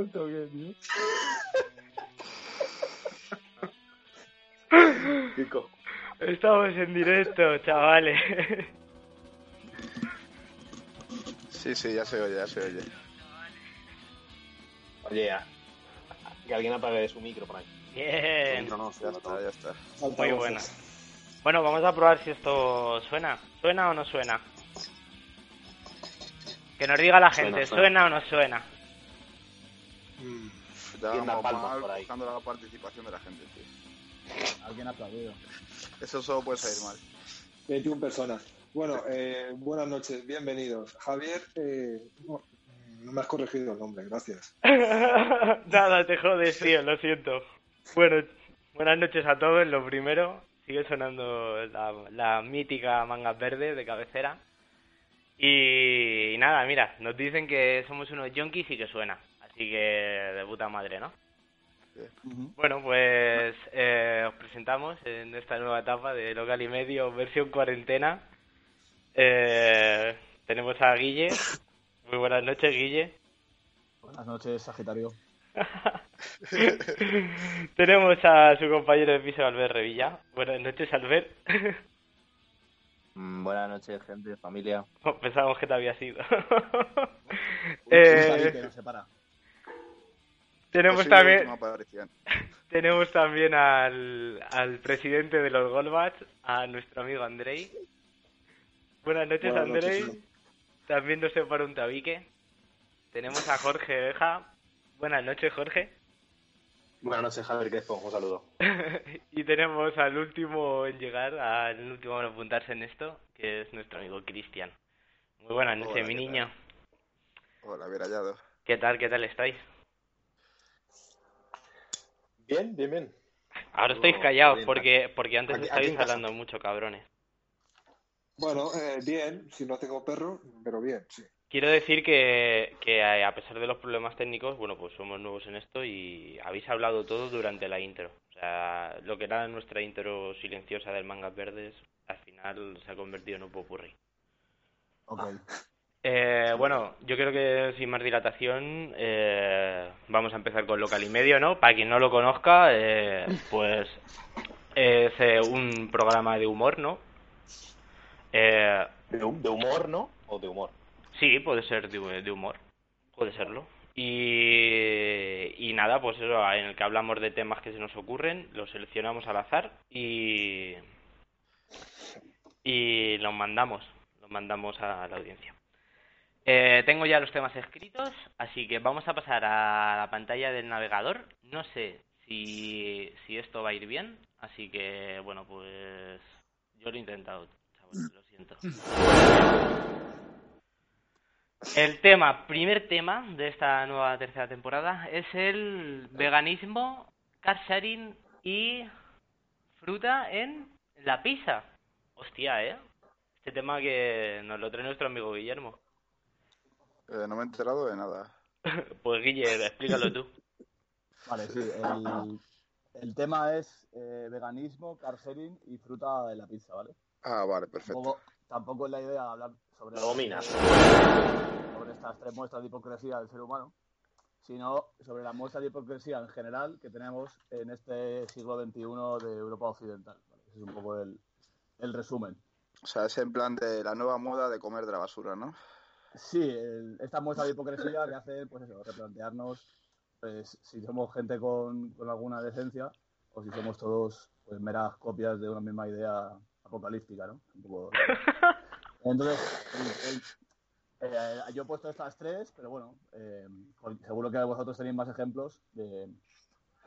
Está bien, ¿no? Kiko. Estamos en directo, chavales. Sí, sí, ya se oye, ya se oye. Oye, ya. que alguien apague su micro por ahí. Bien. No, no, ya está, ya está. Muy buena. Bueno, vamos a probar si esto suena. ¿Suena o no suena? Que nos diga la gente, ¿suena, Suena, o no suena? Ya Tienda vamos Palma, mal por ahí. buscando la participación de la gente, tío. Alguien aplaudido. Eso solo puede salir mal. 21 personas. Bueno, eh, buenas noches, bienvenidos. Javier, eh, no, no me has corregido el nombre, gracias. Nada, te jodes, tío, lo siento. Bueno, buenas noches a todos. Lo primero, sigue sonando la, la mítica manga verde de cabecera. Y, y nada, mira, nos dicen que somos unos yonkis y que suena. Así que de puta madre, ¿no? Bueno, pues eh, os presentamos en esta nueva etapa de Local y Medio, versión cuarentena. Eh, tenemos a Guille. Muy buenas noches, Guille. Buenas noches, Sagitario. Tenemos a su compañero de piso, Albert Revilla. Buenas noches, Albert. Mm, Buenas noches, gente, familia. Oh, Pensábamos que te había sido. Eh... Eh, que nos separa. Yo tenemos soy la también, última aparición. tenemos también al, al presidente de los Golbats, a nuestro amigo Andrei. Buenas noches, Buenas noches, Andrei. señor. También nos separa un tabique. Tenemos a Jorge Beja. Buenas noches, Jorge. Buenas noches, Javier Crespo. Un saludo. y tenemos al último en llegar, al último en apuntarse en esto, que es nuestro amigo Cristian. Muy buenas noches, Hola, mi ¿qué tal? niño. Hola, haber hallado. ¿Qué tal, qué tal estáis? Bien, bien, bien. Ahora estáis Oh, callados bien, porque, porque antes Aquí- estabais aquí en casa. hablando mucho, cabrones. Bueno, eh, bien, si no tengo perro, pero bien, sí. Quiero decir que, que eh, a pesar de los problemas técnicos, bueno, pues somos nuevos en esto y habéis hablado todo durante la intro. O sea, lo que era nuestra intro silenciosa del Mangas Verdes, al final se ha convertido en un popurrí. Ok. Eh, bueno, yo creo que sin más dilatación eh, vamos a empezar con Local y Medio, ¿no? Para quien no lo conozca, eh, pues es eh, un programa de humor, ¿no? Eh, De, hu- de humor, ¿no? O de humor. sí, puede ser de, de humor, puede serlo. Y, y nada, pues eso, en el que hablamos de temas que se nos ocurren, los seleccionamos al azar y, y los mandamos, los mandamos a la audiencia. Eh, tengo ya los temas escritos, así que vamos a pasar a la pantalla del navegador. No sé si, si esto va a ir bien, así que bueno, pues yo lo he intentado, chavales, lo siento. El tema, primer tema de esta nueva tercera temporada es el veganismo, car sharing y fruta en la pizza. Hostia, ¿eh? Este tema que nos lo trae nuestro amigo Guillermo. Eh, no me he enterado de nada. Pues Guille, explícalo tú. Vale, sí. El, el tema es eh, veganismo, car sharing y fruta de la pizza, ¿vale? Ah, vale, perfecto. Tampoco, tampoco es la idea hablar sobre, Lo dominas. sobre estas tres muestras de hipocresía del ser humano, sino sobre la muestra de hipocresía en general que tenemos en este siglo XXI de Europa Occidental. ¿vale? Ese es un poco el, el resumen. O sea, es en plan de la nueva moda de comer de la basura, ¿no? Sí, el- esta muestra de hipocresía que hace, pues eso, replantearnos pues, si somos gente con, con alguna decencia o si somos todos pues, meras copias de una misma idea apocalíptica, ¿no? Un poco- Entonces, el- el- eh, yo he puesto estas tres, pero bueno, eh, cual- seguro que vosotros tenéis más ejemplos de,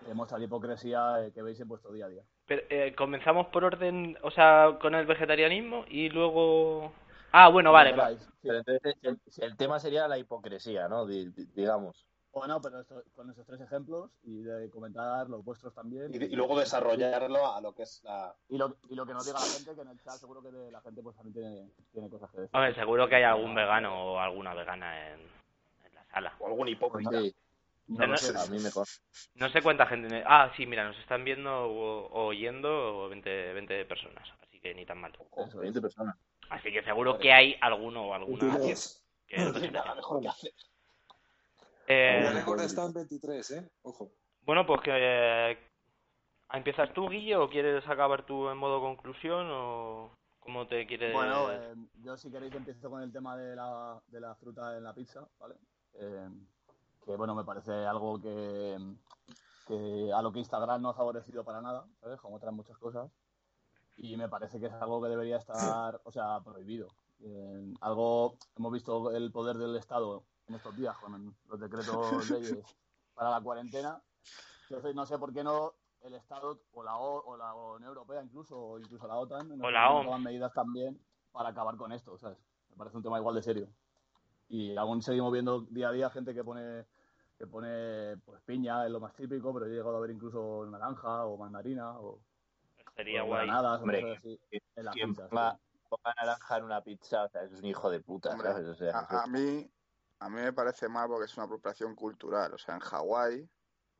de muestra de hipocresía eh, que veis en vuestro día a día. Pero, eh, comenzamos por orden, o sea, con el vegetarianismo y luego... Ah, bueno, vale. va. Sí. Pero entonces el, el tema sería la hipocresía, ¿no? Di- di- digamos. O no, pero esto- con esos tres ejemplos y de comentar los vuestros también. Y, de- y luego desarrollarlo a lo que es la. Y lo, y lo que nos diga la gente, que en el chat seguro que de la gente pues también tiene, tiene cosas que decir. Hombre, seguro que hay algún vegano o alguna vegana en, en la sala. O algún hipócrita. Sí. Pues No pues, no lo sé. sé. A mí me consta. No sé cuánta gente... Ah, sí, mira, nos están viendo o, o oyendo 20, 20 personas, así que ni tan mal. Eso es. 20 personas. Así que seguro que hay alguno o alguna... Útiles. que- Nada mejor que hacer. Eh, El récord está en 23, ¿eh? Ojo. bueno, pues que... eh, ¿Empiezas tú, Guille, o quieres acabar tú en modo conclusión o cómo te quieres...? Bueno, eh, yo si queréis empiezo con el tema de la, de la fruta en la pizza, ¿vale? Eh, que bueno, me parece algo que, que a lo que Instagram no ha favorecido para nada, ¿sabes? Como otras muchas cosas. Y me parece que es algo que debería estar, o sea, prohibido. Eh, algo, hemos visto el poder del Estado en estos días con los decretos leyes para la cuarentena. Entonces, no sé por qué no el Estado o la, o, o la Unión Europea incluso, o incluso la OTAN, no O sé por qué la no OMS. toman medidas también para acabar con esto, ¿sabes? Me parece un tema igual de serio. Y aún seguimos viendo día a día gente que pone que pone pues piña, es lo más típico, pero yo he llegado a ver incluso naranja o mandarina o, Sería o guay. granadas o Hombre, cosas así en las Quien pizzas. ponga, ponga naranja en una pizza, o sea, eso es un hijo de puta, Hombre, ¿sabes? O sea, eso A, a mí, a mí me parece mal porque es una apropiación cultural. O sea, en Hawái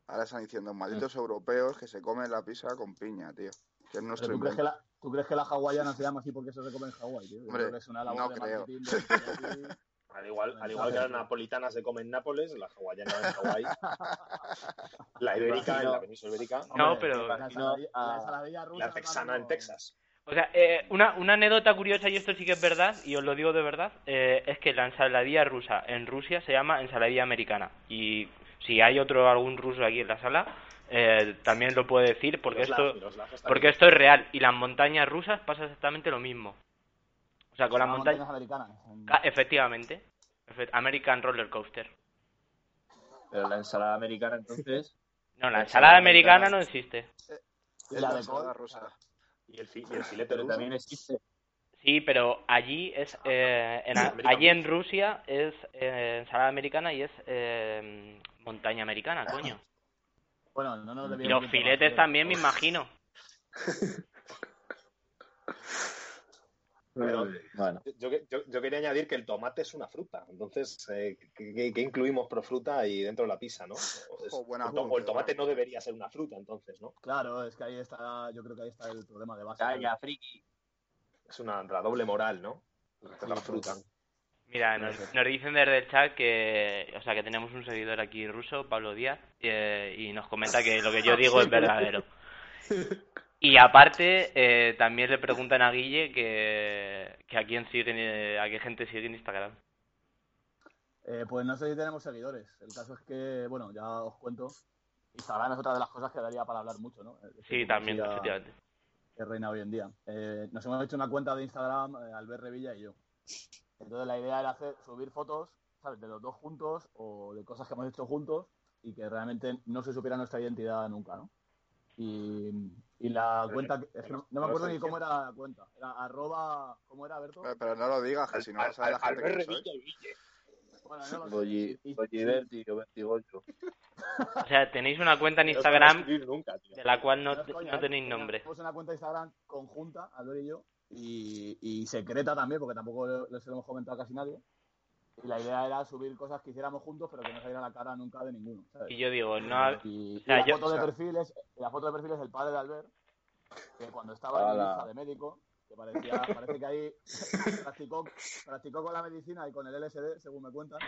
ahora están diciendo malditos europeos que se comen la pizza con piña, tío. Que es Pero nuestro ¿tú, crees que invento. la, ¿Tú crees que la hawaiana se llama así porque eso se come en Hawái, tío? Yo Hombre, creo que es una labor no de creo. marketing de- de- Al igual, al igual que las napolitanas se comen en Nápoles, la hawaiana en Hawái, la ibérica en la península ibérica, No, ah, Hombre, pero... me La imagino ensaladilla- a- la ensaladilla rusa, la texana en claro. Texas. O sea, eh, una, una anécdota curiosa, y esto sí que es verdad, y os lo digo de verdad, eh, es que la ensaladilla rusa en Rusia se llama ensaladilla americana. Y si hay otro algún ruso aquí en la sala, eh, también lo puede decir, porque Miroslav- esto, Miroslav está porque aquí. esto es real. Y las montañas rusas pasa exactamente lo mismo. O sea, con las Son montañas... americanas. en- Ah, Efectivamente. Efe- American Roller Coaster. Pero la ensalada americana, entonces. No, la ensalada La ensalada americana americana. no existe. y la Es la de col, ensalada rusa. Y el, fi- y el filete Pero ruso. también existe. Sí, pero allí es eh, en, American allí en Rusia es eh, ensalada americana y es eh, montaña americana, coño. Bueno, no nos Y debíamos los ir por las filetes fileras. también, me imagino. Pero- Bueno, Yo, que- yo- yo quería añadir que el tomate es una fruta. Entonces, eh, ¿qué, qué- qué incluimos pro fruta y dentro de la pizza, no? O es- Ojo, buena o to- o el punta, tomate buena no debería ser una fruta, entonces, ¿no? Claro, es que ahí está, yo creo que ahí está el problema de base. calla, friki. Es una la doble moral, ¿no? La fruta. pues, Mira, nos, nos dicen desde el chat que, o sea, que tenemos un seguidor aquí ruso, Pablo Díaz, eh, y nos comenta que lo que yo digo es verdadero. Y aparte, eh, también le preguntan a Guille que, que a quién siguen, eh, a qué gente sigue en Instagram. Eh, pues no sé si tenemos seguidores. El caso es que, bueno, ya os cuento. Instagram es otra de las cosas que daría para hablar mucho, ¿no? Es Sí, decir, también, tecnología efectivamente. que reina hoy en día. Eh, nos hemos hecho una cuenta de Instagram, eh, Albert Revilla y yo. Entonces la idea era hacer, subir fotos, ¿sabes? De los dos juntos o de cosas que hemos hecho juntos y que realmente no se supiera nuestra identidad nunca, ¿no? Y, y la Pero- cuenta, es que no, no me pero acuerdo estoy ni cómo era la cuenta. Era arroba, ¿cómo era, Berto? Pero- Pero no lo digas, que si no Al- lo sabe la al- al gente que ver lo sabe. ¿eh? Revilla y Guille. Bueno, no lo sé. Bolli- Y- Bolliverti o vertigocho. O sea, tenéis una cuenta en No os van a Instagram escribir nunca, tío. de la cual no, No es coña, no ¿eh? tenéis Tenemos- nombre. Tenemos una cuenta de Instagram conjunta, Albert y yo, y, y secreta también, porque tampoco lo- lo- se lo hemos comentado a casi nadie. Y la idea era subir cosas que hiciéramos juntos, pero que no saliera la cara nunca de ninguno. ¿sabes? Y yo digo, no, ha- Y- y sea, la, yo- foto o sea- de perfil es, la foto de perfil es el padre de Albert, que cuando estaba en Ala. lista de médico, que parecía, parece que ahí practicó, practicó con la medicina y con el LSD, según me cuentan.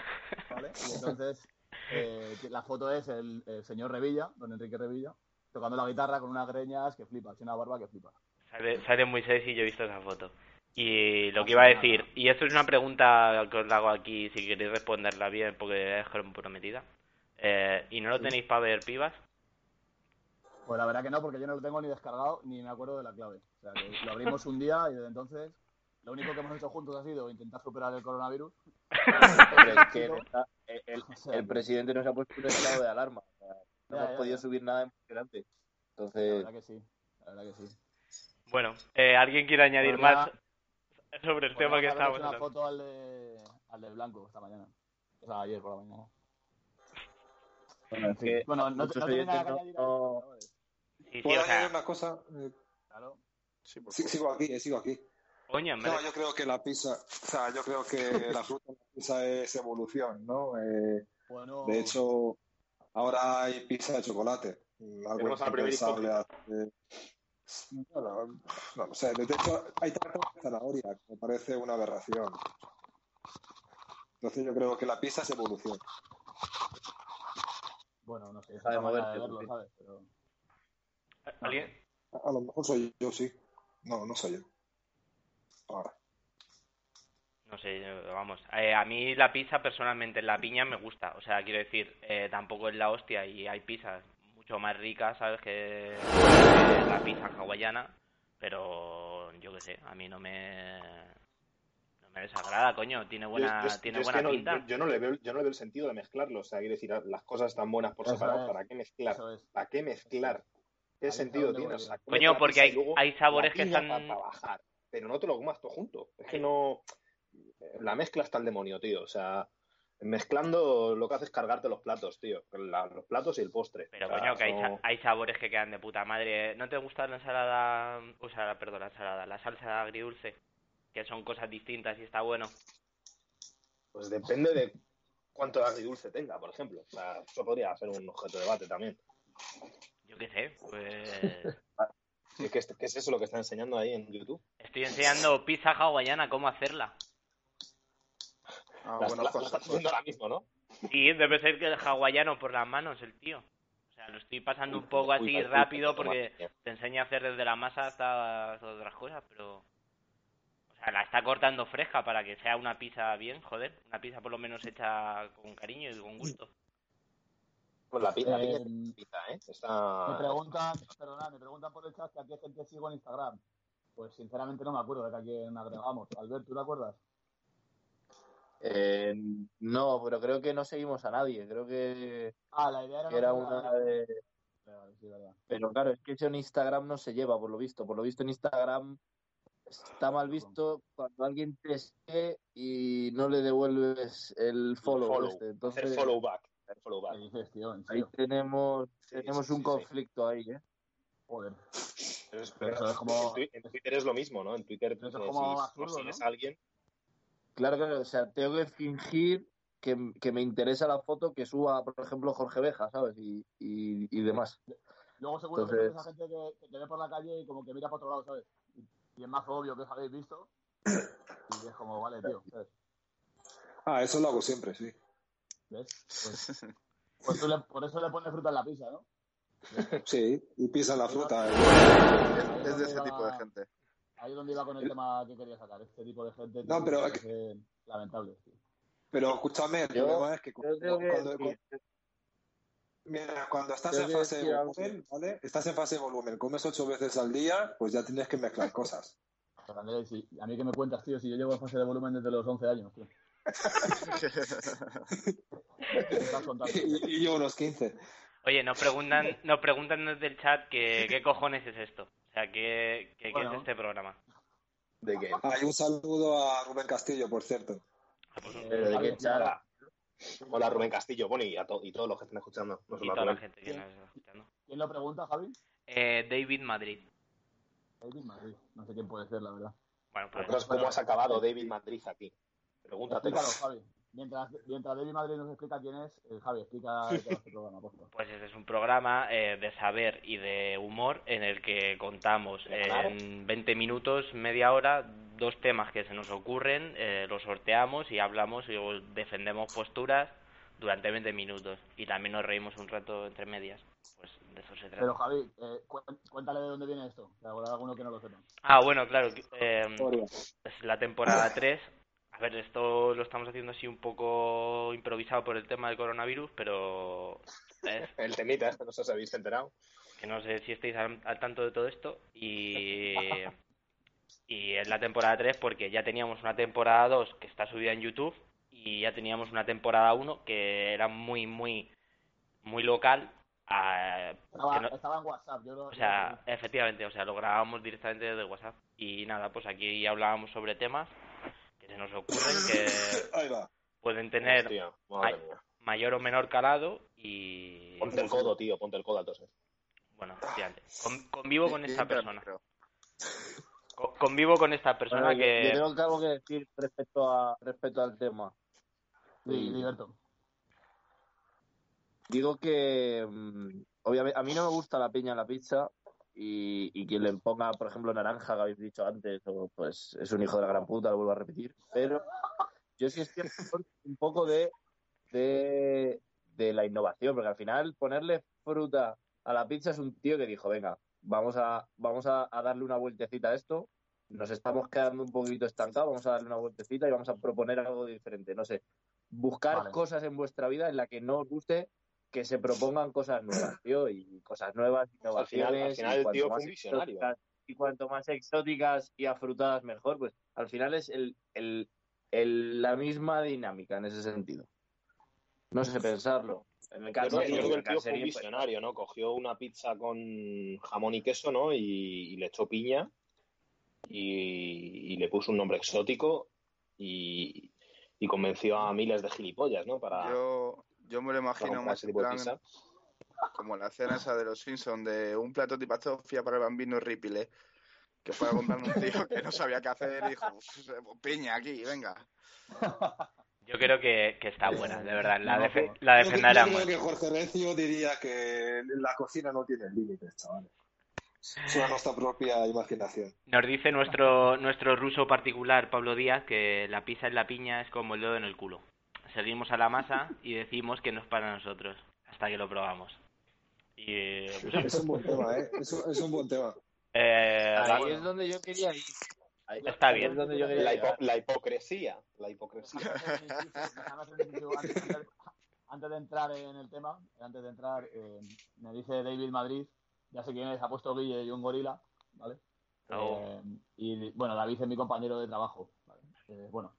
¿vale? Y entonces, eh, la foto es el, el señor Revilla, don Enrique Revilla, tocando la guitarra con unas greñas que flipas y una barba que flipas. Sale, sale muy sexy, yo he visto esa foto. Y lo que iba a decir, y esto es una pregunta que os la hago aquí, si queréis responderla bien, porque es comprometida. Eh, ¿y no lo tenéis para ver pibas? Pues la verdad que no, porque yo no lo tengo ni descargado ni me acuerdo de la clave. O sea, que lo abrimos un día y desde entonces lo único que hemos hecho juntos ha sido intentar superar el coronavirus. Pero es que está- el, Eh, el- O sea, el presidente nos ha puesto un estado de alarma. o sea, no Ya, hemos ya, podido ya. subir nada emocionante. La Entonces, verdad que sí, la verdad que sí. Bueno, eh, ¿alguien quiere añadir Podría- más sobre el tema que Podríamos haber estábamos hecho una hablando? foto al de, al de Blanco esta mañana. O sea, ayer por la mañana. bueno, es que Bueno, no, no muchos tenía nada oyentes que no- añadir. a no- esto, chavales. Sí, sí, ¿Puedo o sea, añadir una cosa? Pues, Eh, Claro. Sí, por sí, favor. sigo aquí, eh, sigo aquí. coño, me- No, yo creo que la pizza, o sea, yo creo que la fruta en la pizza es evolución, ¿no? Eh, Bueno, de hecho, ahora hay pizza de chocolate. Algo Tenemos a la primera impensable hace- Bueno, no lo sé. De hecho, hay tarta de zanahoria, que me parece una aberración. Entonces yo creo que la pizza es evolución. Bueno, no sé. Deja de es una manera moverte, verlo, Guti. ¿sabes? Pero ¿Alguien? A lo mejor soy yo, sí. No, no soy yo. Ahora. No sé, yo- vamos. eh, a mí la pizza personalmente, la piña me gusta. O sea, quiero decir, eh, tampoco es la hostia y hay pizzas mucho más ricas, ¿sabes? Que eh, la pizza hawaiana. Pero yo qué sé, a mí no me. No me desagrada, coño. Tiene buena, Yo- yo- tiene yo es buena que no- pinta. yo- yo no le veo, yo no le veo el sentido de mezclarlo. O sea, quiero decir, las cosas están buenas por Eso es. separado, ¿para qué mezclar? eso es. ¿Para qué mezclar? Ahí ¿Qué es a sentido donde tiene? voy O sea, yo. cómete Coño, la porque pizza y hay, luego hay sabores que están. para bajar, pero no te lo comas todo junto. Es que no. La mezcla está el demonio, tío. O sea, mezclando lo que hace es cargarte los platos, tío. La- los platos y el postre. Pero O sea, coño, que hay, sa- no- hay sabores que quedan de puta madre. ¿No te gusta la ensalada? O sea, perdón, la ensalada, la salsa agridulce. Que son cosas distintas y está bueno. Pues depende de cuánto de agridulce tenga, por ejemplo. O sea, eso podría ser un objeto de debate también. Yo qué sé, pues. ¿Qué, qué es- qué es eso lo que está enseñando ahí en YouTube? Estoy enseñando pizza hawaiana, cómo hacerla. Ah, Las- buenos las- las está consejos. haciendo ahora mismo, ¿no? Sí, debe ser que el hawaiano por las manos, el tío. O sea, lo estoy pasando un poco Uy, así uy, rápido uy, porque madre mía. te enseña a hacer desde la masa hasta hasta otras cosas, pero. O sea, la está cortando fresca para que sea una pizza bien, joder. Una pizza por lo menos hecha con cariño y con gusto. Pues La, pi- la piña Eh, es pizza, ¿eh? Está... Me preguntan, perdona, me preguntan por el chat que a qué gente sigo en Instagram. Pues sinceramente no me acuerdo de que a quién agregamos. Albert, ¿tú te acuerdas? Eh, no, pero creo que no seguimos a nadie. Creo que Ah, la idea era... no era seguir a una nadie. de. Vale, vale, sí, verdad. Pero claro, es que eso en Instagram no se lleva, por lo visto. Por lo visto en Instagram está mal visto cuando alguien te sigue y no le devuelves el follow. follow. este. Hacer Entonces, follow back. Hacer follow ¿Qué back. dices, tío? En ahí serio. tenemos, Sí, tenemos sí, un sí, sí. conflicto ahí, ¿eh? Joder. Pero es- Pero eso es en, como- Twi- en Twitter es lo mismo, ¿no? En Twitter Pero eso eh, es como si- si absurdo, no sigues ¿no? a alguien, Claro, claro, o sea, tengo que fingir que, que me interesa la foto que suba, por ejemplo, Jorge Beja, ¿sabes? Y, y, y demás. Luego seguro que Entonces- es esa gente que, que te ve por la calle y como que mira para otro lado, ¿sabes? Y, y es más obvio que os habéis visto. Y es como, vale, tío, ¿sabes? Ah, eso lo hago siempre, sí. ¿Ves? Pues, pues tú le- por eso le pones fruta en la pizza, ¿no? Sí, y pisan la fruta. Es, es de ese Ahí tipo de va- gente. Ahí es donde iba con el tema que quería sacar. Este tipo de gente. No, tío, pero- me parece Lamentable, tío. Pero escúchame, el Yo- problema es que Yo cuando, creo que cuando- sí, mira, cuando estás Yo en creo fase que de algo- volumen, ¿vale? Estás en fase de volumen, comes ocho veces al día, pues ya tienes que mezclar cosas. Pero, Andrés, si- a mí que me cuentas, tío, si yo llevo en fase de volumen desde los 11 años, tío. ¿Qué me estás contando? y, y yo unos 15. Oye, nos preguntan, nos preguntan desde el chat que qué cojones es esto. O sea, qué, qué, qué Bueno. es este programa. ¿de qué? Ah, y un saludo a Rubén Castillo, por cierto. Eh, pues pero de qué Javier, chat. Hola. Hola, Rubén Castillo, bueno, y, a to- y todos los que están escuchando. No Y solo a toda la Rubén. gente que nos está escuchando. ¿Quién lo pregunta, Javi? Eh, David Madrid. David Madrid. No sé quién puede ser, la verdad. Bueno, La pues cosa es cómo has acabado David Madrid aquí. Pregúntate. Explícalo, Javi. Mientras, mientras David Madrid nos explica quién es, eh, Javi, explica el este programa, por favor. Pues este es un programa eh, de saber y de humor en el que contamos ¿De ganar? en 20 minutos, media hora, dos temas que se nos ocurren, eh, los sorteamos y hablamos y os defendemos posturas durante 20 minutos. Y también nos reímos un rato entre medias. Pues de eso se trata. Pero, Javi, eh, cu- cuéntale de dónde viene esto. Que habrá alguno que no lo sepa. Ah, bueno, claro. que- em, Hola. es la temporada 3. A ver, esto lo estamos haciendo así un poco improvisado por el tema del coronavirus, pero es El temita este, no sé si os habéis enterado. que no sé si estáis al, al tanto de todo esto. Y, y es la temporada 3 porque ya teníamos una temporada 2 que está subida en YouTube y ya teníamos una temporada 1 que era muy, muy, muy local. ah, Estaba, que no- estaba en WhatsApp. Yo lo, o sea, efectivamente, o sea, lo grabábamos directamente desde WhatsApp. Y nada, pues aquí hablábamos sobre temas que se nos ocurren, que Ahí va. pueden tener Hostia, madre Ay. mía. mayor o menor calado y Ponte el codo, tío, ponte el codo entonces. bueno efectivamente, con- convivo con esta Siempre persona creo. Co- convivo con esta persona Bueno, yo- que yo tengo que algo que decir respecto, a, respecto al tema. mm. Sí, Liberto. Digo que, mm, obviamente, a mí no me gusta la piña en la pizza y, y quien le ponga, por ejemplo, naranja, que habéis dicho antes, o, pues es un hijo de la gran puta, lo vuelvo a repetir. Pero yo sí estoy a favor un poco de, de, de la innovación, porque al final ponerle fruta a la pizza es un tío que dijo, venga, vamos a, vamos a, a darle una vueltecita a esto, nos estamos quedando un poquito estancados, vamos a darle una vueltecita y vamos a proponer algo diferente, no sé, buscar Vale. cosas en vuestra vida en la que no os guste que se propongan cosas nuevas, tío, y cosas nuevas, Pues al final- al innovaciones. final y el cuanto tío fue más un visionario. exóticas- Y cuanto más exóticas y afrutadas mejor, pues al final es el, el- el- la misma dinámica en ese sentido. No sé pensarlo. En pues, Yo creo, el caso yo creo que el tío fue un visionario, ¿no? Cogió una pizza con jamón y queso, ¿no? Y, y le echó piña y, y le puso un nombre exótico y, y convenció a miles de gilipollas, ¿no? Para, Yo, yo me lo para imagino comprar más ese en tipo de plan, pizza. como la cena esa de los Simpsons, de un plato de pastofia para el bambino ripile. Que fuera contando un tío que no sabía qué hacer y dijo, "Uf, pues, piña aquí, venga. Yo creo que, que está buena, de verdad. La, No, no, defe- no. la Yo creo- defenderá Yo creo mucho. que Jorge Recio diría que la cocina no tiene límites, chavales. Es una nuestra propia imaginación. Nos dice nuestro, nuestro ruso particular, Pablo Díaz, que la pizza en la piña es como el dedo en el culo. Seguimos a la masa y decimos que no es para nosotros, hasta que lo probamos. Y, eh, pues, Es un buen tema, ¿eh? Es un, es un buen tema. eh, Ahí va- es donde yo quería ir. Ahí- Está ahí bien. es donde yo quería La, llegar. hipo- la hipocresía, la hipocresía. Déjame hacer un sitio antes, antes de- antes de entrar en el tema, antes de entrar, eh, me dice David Madrid, ya sé quién es, ha puesto Guille y un gorila, ¿vale? Oh. Eh, y bueno, David es mi compañero de trabajo, ¿vale? Eh, bueno,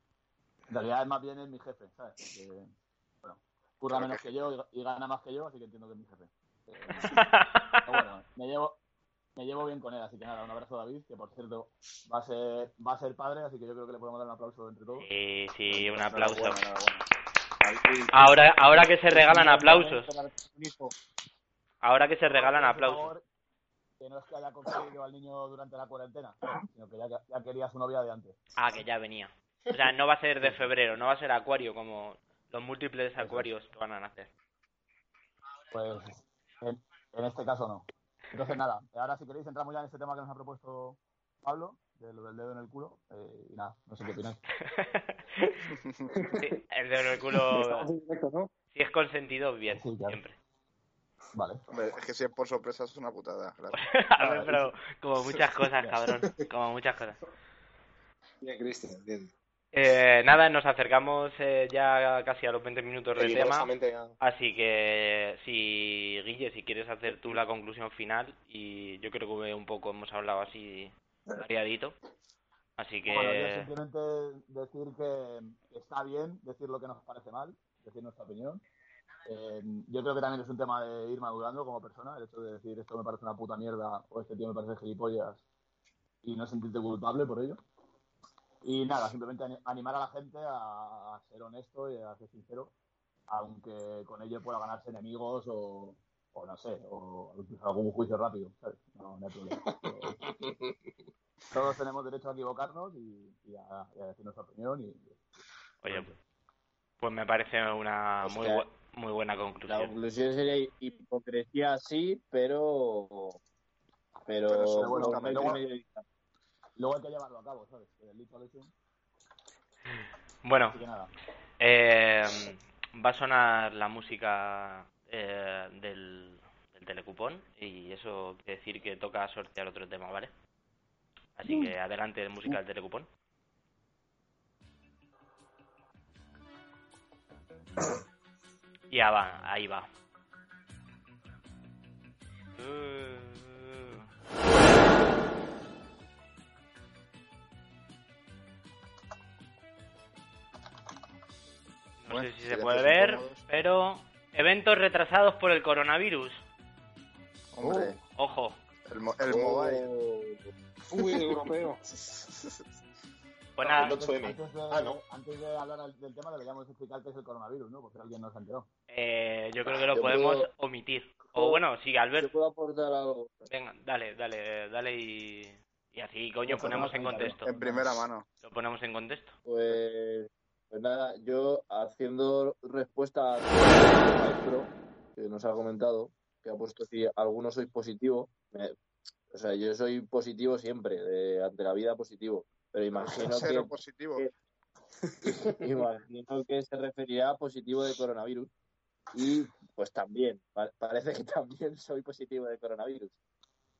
en realidad más bien es mi jefe, ¿sabes? Que, bueno, curra Claro menos que- que yo y, y gana más que yo, así que entiendo que es mi jefe. Eh, pero bueno, me llevo, me llevo bien con él, así que nada, un abrazo a David, que por cierto va a ser, va a ser padre, así que yo creo que le podemos dar un aplauso entre todos. Sí, sí, un aplauso. Enhorabuena, enhorabuena. Ahora, ahora que se regalan aplausos, Un hijo. ahora que se regalan Por aplausos. favor, que no es que haya conseguido al niño durante la cuarentena, sino que ya, ya quería su novia de antes. Ah, que ya venía. O sea, no va a ser de febrero, no va a ser acuario como los múltiples acuarios que van a nacer. Pues en, en este caso no. Entonces nada, ahora si queréis entramos ya en este tema que nos ha propuesto Pablo, de lo del dedo en el culo, eh, y nada, no sé qué opináis. Sí, el dedo en el culo, Estamos en directo, ¿no? si es consentido, bien, Sí, claro. siempre. Vale. Hombre, es que si es por sorpresa es una putada, claro. A ver, pero como muchas cosas, cabrón. Como muchas cosas. Bien, Cristian, bien. Eh, nada, nos acercamos eh, ya casi a los 20 minutos del tema. Rigurosamente, ah, ya. Así que, si Guille, si quieres hacer tú la conclusión final, y yo creo que un poco hemos hablado así variadito. Así que, Bueno, yo simplemente decir que está bien decir lo que nos parece mal, decir nuestra opinión. Eh, yo creo que también es un tema de ir madurando como persona, el hecho de decir esto me parece una puta mierda o este tío me parece gilipollas y no sentirte culpable por ello. Y nada, simplemente ani- animar a la gente a, a ser honesto y a ser sincero, aunque con ello pueda ganarse enemigos o, o no sé, o incluso algún juicio rápido, ¿sabes? No, no hay problema. Pero- todos tenemos derecho a equivocarnos y, y a, y a decir nuestra opinión. Y, oye, pues me parece una O muy, sea, bu- muy buena La conclusión. conclusión sería hipocresía sí, pero... Pero... Pero eso bueno, no hay luego- remedio evitar. luego hay que llevarlo a cabo, ¿sabes? Que del dicho al hecho. Bueno, Así que nada. eh, va a sonar la música eh, del, del telecupón y eso quiere decir que toca sortear otro tema, ¿vale? Así que adelante, música del telecupón. Ya va, ahí va. No sé Bueno, si si se le puede haces ver, incómodos. pero eventos retrasados por el coronavirus. Oh. Hombre, Ojo, el, mo- el mobile. Uy, europeo. pues nada, El 8M. Antes de, Ah, no. antes de hablar al- del tema, deberíamos explicar qué es el coronavirus, ¿no? Porque alguien no se enteró. eh, yo creo que lo Yo podemos puedo- omitir. O bueno, sí, Albert, Yo puedo aportar algo. venga, dale, dale, dale y, y así, coño, ponemos en contexto. Em- En primera mano. Lo ponemos en contexto. Pues, pues nada, yo haciendo respuesta al maestro que nos ha comentado, que ha puesto si alguno sois positivo, me- o sea, yo soy positivo siempre, de- ante la vida positivo, pero imagino Cero que, positivo. que- imagino que se referirá a positivo de coronavirus, Y pues también, pa- parece que también soy positivo de coronavirus.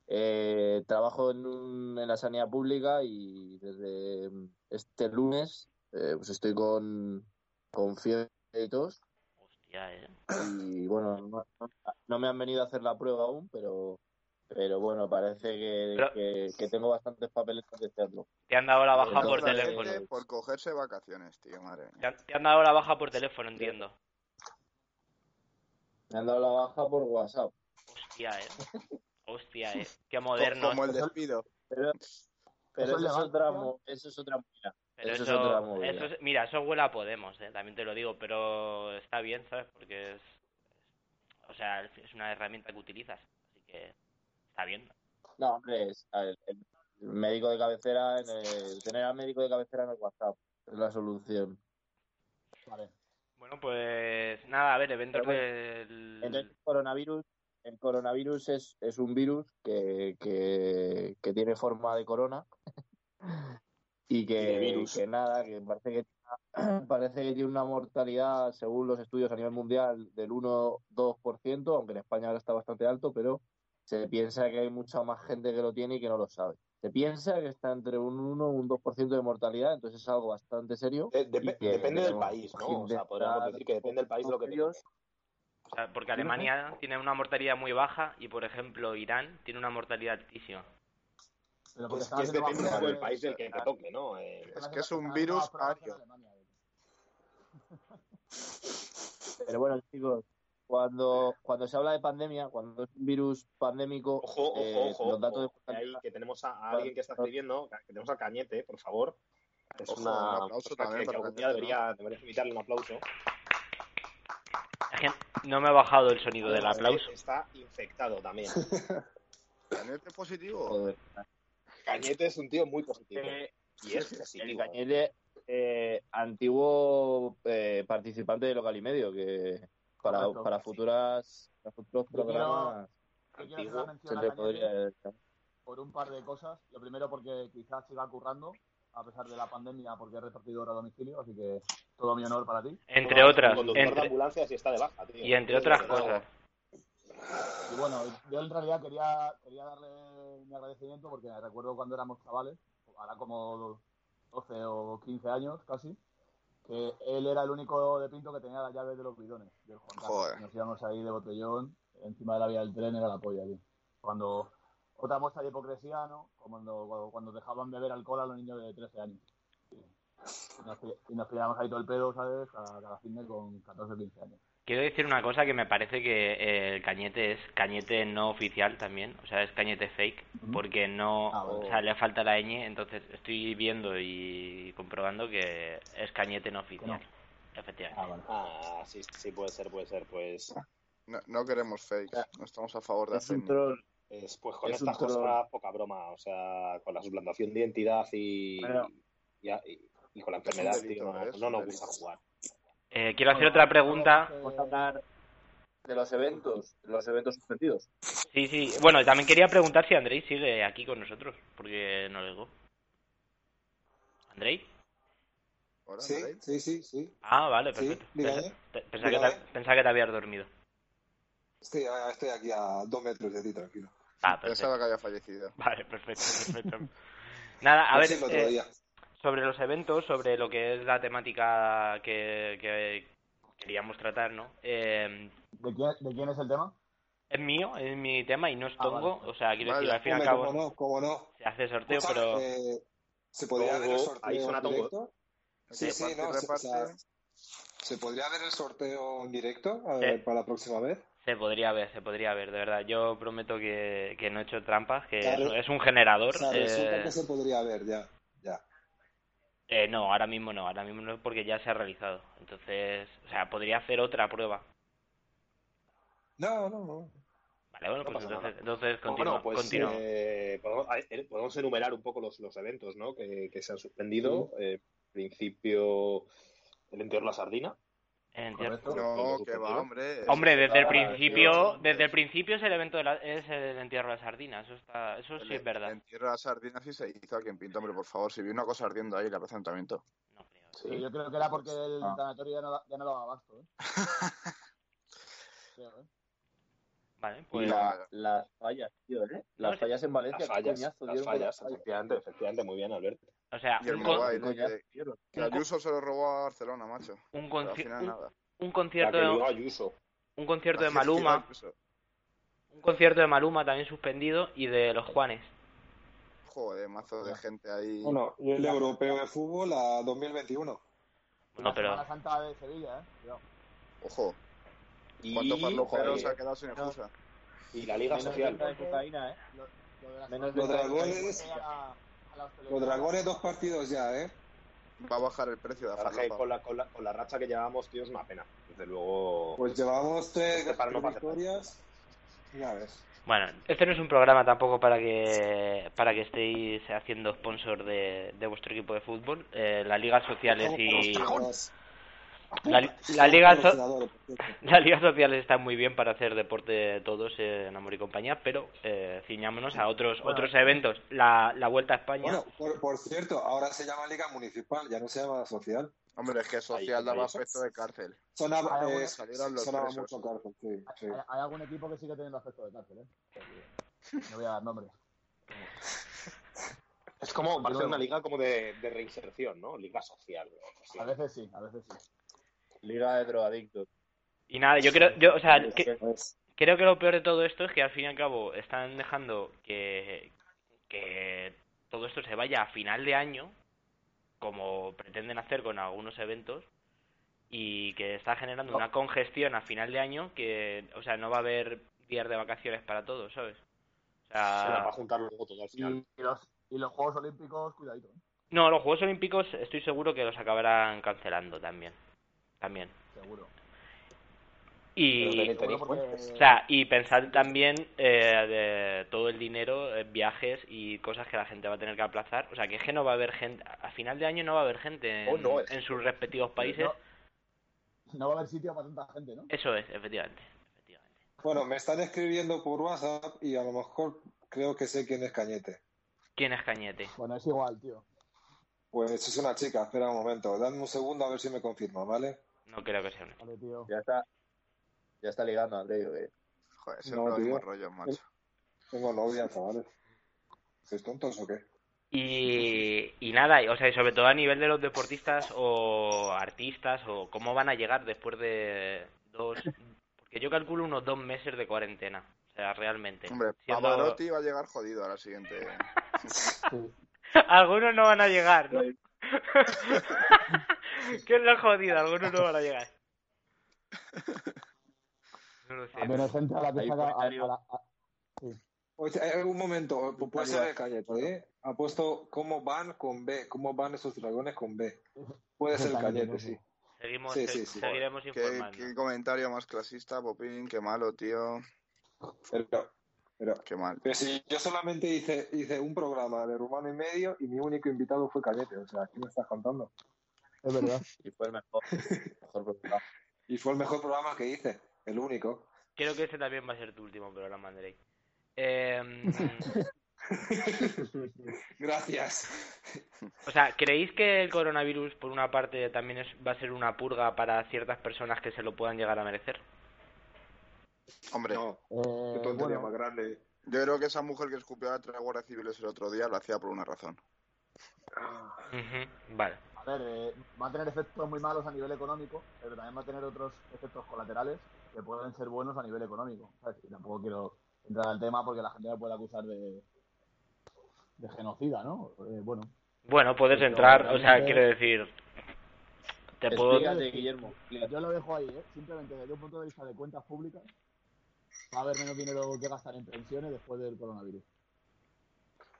Eh, trabajo en, un- en la sanidad pública y desde este lunes eh, pues estoy con, con fiebre y tos. Hostia, eh. Y bueno, no, no me han venido a hacer la prueba aún, pero, pero bueno, parece que, Pero- que, que tengo bastantes papeles de hacerlo. Te han dado la baja Entonces, por Otra eh, teléfono. gente por cogerse vacaciones, tío, madre Te mía. han, te han dado la baja por eh, teléfono, entiendo. Me han dado la baja por WhatsApp. Hostia, eh. Hostia, eh. Qué moderno. Como el despido. Pero, pero ¿Eso eso, es es legal, otra, tío? mo- eso es otra movida. Pero Eso eso, es otra movida. eso es- mira, eso huele a Podemos, eh, también te lo digo, pero está bien, ¿sabes? Porque es, o sea, es una herramienta que utilizas, así que está bien. No, hombre, es- a ver, el médico de cabecera, en el- tener al médico de cabecera en el WhatsApp es la solución. Vale. Bueno, pues nada, a ver, eventos Pero bueno, del... Entonces, Mm. el coronavirus, el coronavirus es, es un virus que, que, que tiene forma de corona y que, Y de virus. que nada, que parece que, parece que tiene una mortalidad, según los estudios a nivel mundial, del 1-2%, aunque en España ahora está bastante alto, pero se piensa que hay mucha más gente que lo tiene y que no lo sabe. Se piensa que está entre un 1 y un 2% de mortalidad, entonces es algo bastante serio. Eh, depe- Y que depende del tenemos país, ¿no? O gente sea, podríamos está- decir que depende del país lo que tenemos. o sea, porque Alemania tiene una mortalidad muy baja y, por ejemplo, Irán tiene una mortalidad altísima. Pero Que porque es, están que Pues es haciendo depende vacunas del de- país del que te toque, ¿no? Eh, están Es haciendo- que es un están haciendo virus las pruebas en ario. Alemania, tío. Pero bueno, chicos, cuando, cuando se habla de pandemia, cuando es un virus pandémico, ojo, ojo, eh, ojo. los datos ojo, que de ahí que tenemos a, a alguien que está escribiendo, que tenemos a Cañete, por favor. Es Ojo, una un aplauso persona también que, que para algún día Cañete, ¿no? debería, deberías invitarle un aplauso. La gente- No me ha bajado el sonido del eh, Además, aplauso. que Está infectado también. ¿Cañete positivo? joder. Cañete es un tío muy positivo. Eh, Y es el positivo. Cañete, eh, antiguo eh, participante de Local y Medio, que para, Correcto. para futuras para futuros quiero- programas Yo quiero hacer una se mención a le Cañete podría decir. por un par de cosas. Lo primero porque quizás siga currando, a pesar de la pandemia, porque he repartidor a domicilio, así que todo mi honor para ti. Entre Un otras, Conductor de entre- ambulancias y está de baja, tío. y entre Es otras lo que cosas. hago. Y bueno, yo en realidad quería, quería darle mi agradecimiento porque recuerdo cuando éramos chavales, ahora como 12 o 15 años casi, que él era el único de Pinto que tenía las llaves de los bidones del Juan Carlos. Joder. Nos íbamos ahí de botellón, encima de la vía del tren era la polla allí. Cuando otra muestra de hipocresía, ¿no? Como cuando, cuando dejaban beber alcohol a los niños de 13 años. Y nos, pi- y nos pillábamos ahí todo el pedo, ¿sabes? Cada, cada fin de con 14 o 15 años. Quiero decir una cosa que me parece que eh, el cañete es cañete no oficial también, o sea, es cañete fake, Ujú. porque no, Ah, vale. o sea, le falta la ñ, entonces estoy viendo y comprobando que es cañete no oficial, efectivamente. Ah, vale. Ah, sí, sí, puede ser, puede ser. Pues, No, no queremos fakes. No estamos a favor de Es hacer. un troll. es- pues con Es un estas cosas troll. poca broma. O sea, con la suplantación de identidad y, Bueno. y, y- y con la un enfermedad, delito, tío, no, ¿eh? Es no un nos delito. gusta jugar. Eh, quiero hacer Bueno, otra vamos- pregunta. vamos, Vamos eh, a hablar de los eventos, de los eventos suspendidos. Sí, sí, bueno, también quería preguntar si Andrei sigue aquí con nosotros, porque no le digo. ¿Andrei? Hola, Sí, Andrei. sí, sí, sí. Ah, vale, Sí, ¿eh? perfecto. dígame, Pensa- pe- Pensaba que te, dígame. pensaba que te habías dormido. Estoy, ah, estoy aquí a dos metros de ti, tranquilo. Ah, perfecto. Pensaba que había fallecido. Vale, perfecto, perfecto. Nada, a ver, Así el otro eh, día. sobre los eventos, sobre lo que es la temática que, que queríamos tratar, ¿no? Eh, ¿de quién, ¿De quién es el tema? es mío, es mi tema y no es Ah, vale. tongo, o sea, quiero Vale, decir, al fin y al Hombre, cabo cómo no, cómo no. se hace sorteo, Escucha, pero eh, ¿se podría ver el Tongo, sorteo ahí suena en tongo. directo? Sí, sí, reparte, no. Se, o reparte. sea, ¿se podría ver el sorteo en directo A Sí. ver, para la próxima vez? se podría ver, se podría ver, de verdad. Yo prometo que, que no he hecho trampas, que Claro. es, un- es un generador. O sea, resulta eh, que se podría ver ya. Ya. eh, no, ahora mismo no, ahora mismo no porque ya se ha realizado. Entonces, o sea, podría hacer otra prueba. No, no, no. Vale, bueno, No pues pasa nada. entonces, entonces continúa, Bueno, pues continúa. eh, podemos, a- eh, podemos enumerar un poco los, los eventos ¿no? que, que se han suspendido. Eh, en principio, el entierro de la sardina. En cier- Correcto. No, que va, hombre. Hombre, desde el Ah, principio, Dios, desde el Dios. principio es el evento de la- es el entierro de la sardina, eso está, eso sí es verdad. En tierra de sardinas y se hizo aquí en Pinto, hombre, por favor. Si vi una cosa ardiendo ahí en el aplazamiento. No creo. Pero yo creo que era porque el Ah. tanatorio ya no, da- ya no daba abasto, ¿eh? Mira, Vale, ¿eh? pues. Claro. Las fallas, tío, ¿eh? Las No, sí. fallas en Valencia, Las qué fallas, coñazo las dieron con fallas, efectivamente, efectivamente, muy bien, Alberto. O sea, Y el un, con- Mobile, Qué ¿eh? coñazo que, dieron. que Ayuso se lo robó a Barcelona, macho. un, Pero al conci- final un- nada. un La concierto que dio de, Ayuso. un concierto de La que dio Maluma, Ayuso. un concierto de Maluma también suspendido y de los Juanes. Joder, mazo de gente ahí. Bueno, y el europeo de fútbol a 2021. Bueno, La pero Semana Santa de Sevilla, ¿eh? Cuidado. Ojo, ¿cuántos Y, farloperos se joder, han quedado sin excusa? y la Liga Menos Social. venta de cocaína, ¿eh? Lo, lo de la Menos semana los santa que dragones. pegar a- a la hostelería. Los dragones, dos partidos ya, ¿eh? Va a bajar el precio de la La verdad que farlopa. con la, con, la, con la racha que llevamos, tío, es una pena. Desde luego. Pues llevamos tres, Este paro no tres pasa nada. victorias. Ya ves. bueno, este no es un programa tampoco para que para que estéis haciendo sponsor de, de vuestro equipo de fútbol. Eh, las ligas sociales y Somos la, la liga so- patrocinadores, por cierto. las ligas sociales están muy bien para hacer deporte todos eh, en Amor y Compañía, pero eh, ciñámonos a otros Bueno. otros eventos. La, la Vuelta a España. Bueno, por, por cierto, ahora se llama Liga Municipal, ya no se llama Social. Hombre, es que social Ahí, daba ahí. aspecto de cárcel. Sonaba, Hay eh, algunos- Salieron los sonaba presos. mucho cárcel, sí, sí. Hay, hay algún equipo que sigue teniendo aspecto de cárcel, ¿eh? No voy a dar nombres. Es como, va a ser luego. una liga como de, de reinserción, ¿no? Liga social. ¿no? Sí. A veces sí, a veces sí. Liga de drogadictos. Y nada, yo creo, yo, o sea, Es que- que- creo que lo peor de todo esto es que al fin y al cabo están dejando que, que todo esto se vaya a final de año, como pretenden hacer con algunos eventos, y que está generando una congestión a final de año que, o sea, no va a haber días de vacaciones para todos, ¿sabes? Se O la va sea, a juntar luego todo Y, al final. y los, y los Juegos Olímpicos, cuidadito. ¿eh? no, los Juegos Olímpicos estoy seguro que los acabarán cancelando también. También. Seguro. Pero Y... pues. Seguro tenéis- tenéis porque- fuentes. O sea, y pensad también eh, de todo el dinero, eh, viajes y cosas que la gente va a tener que aplazar. O sea, que es que no va a haber gente, a final de año no va a haber gente en, Oh, no, es- en sus respectivos países. No, no va a haber sitio para tanta gente, ¿no? Eso es, efectivamente. efectivamente. Bueno, me están escribiendo por WhatsApp y a lo mejor creo que sé quién es Cañete. ¿Quién es Cañete? Bueno, es igual, tío. Pues es una chica, espera un momento, dame un segundo a ver si me confirma, ¿vale? No creo que sea un... Vale, tío. Ya está. Ya está ligando, eh. André. yo creo. Joder, No, siempre los mismos tío. rollos, macho. Tengo novia, chavales. ¿Sois tontos o qué? Y, y nada, y- o sea, y sobre todo a nivel de los deportistas o artistas o cómo van a llegar después de dos... Porque yo calculo unos dos meses de cuarentena. O sea, realmente. Hombre, Siendo- Pavarotti va a llegar jodido a la siguiente. Algunos no van a llegar, ¿no? ¿Qué es lo jodido? Algunos no van a llegar. No lo sé. También hay gente a la que Hay un saca. A, a comentario. la, a- Oye, eh, un momento, pu- puede ser de Cañete, ¿eh? Ha puesto cómo van con B, cómo van esos dragones con B. Puede ser Cañete, sí. Seguimos, Sí, se- sí, sí. seguiremos ¿Qué, informando. qué comentario más clasista, Popín. Qué malo, tío. Pero, pero, Qué mal. pero si yo solamente hice, hice un programa de Rumano y Medio y mi único invitado fue Cañete, o sea, ¿qué me estás contando? Es verdad. Y fue el mejor. mejor programa. Y fue el mejor programa que hice, el único. Creo que este también va a ser tu último programa, Andrei. Eh, Gracias. o sea, ¿creéis que el coronavirus, por una parte, también es, va a ser una purga para ciertas personas que se lo puedan llegar a merecer? Hombre, No, qué Eh, tontería bueno, más grande. yo creo que esa mujer que escupió a tres guardias civiles el otro día lo hacía por una razón. Ujú, Vale. a ver, eh, va a tener efectos muy malos a nivel económico, pero también va a tener otros efectos colaterales que pueden ser buenos a nivel económico. ¿sabes? Y tampoco quiero entrar al tema porque la gente me puede acusar de, de genocida, ¿no? Eh, bueno, Bueno, puedes Pero entrar, o sea, realmente- quiero decir, te puedo... Explícate, Guillermo. explícate. yo lo dejo ahí, ¿eh? Simplemente desde un punto de vista de cuentas públicas, va a haber menos dinero que gastar en pensiones después del coronavirus.